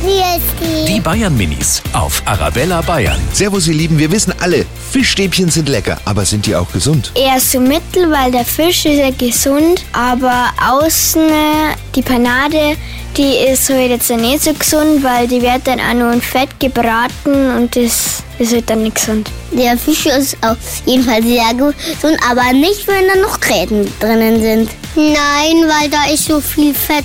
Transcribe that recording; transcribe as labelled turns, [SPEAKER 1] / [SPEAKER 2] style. [SPEAKER 1] Hier ist
[SPEAKER 2] Die Bayern Minis auf Arabella Bayern.
[SPEAKER 3] Servus, ihr Lieben. Wir wissen alle, Fischstäbchen sind lecker, aber sind die auch gesund?
[SPEAKER 1] Eher so mittel, weil der Fisch ist ja gesund, aber außen äh, die Panade, die ist halt jetzt dann nicht so gesund, weil die wird dann auch nur in Fett gebraten und das ist halt dann nicht gesund.
[SPEAKER 4] Der Fisch ist auf jeden Fall sehr gesund, aber nicht, wenn da noch Gräten drinnen sind. Nein, weil da ist so viel Fett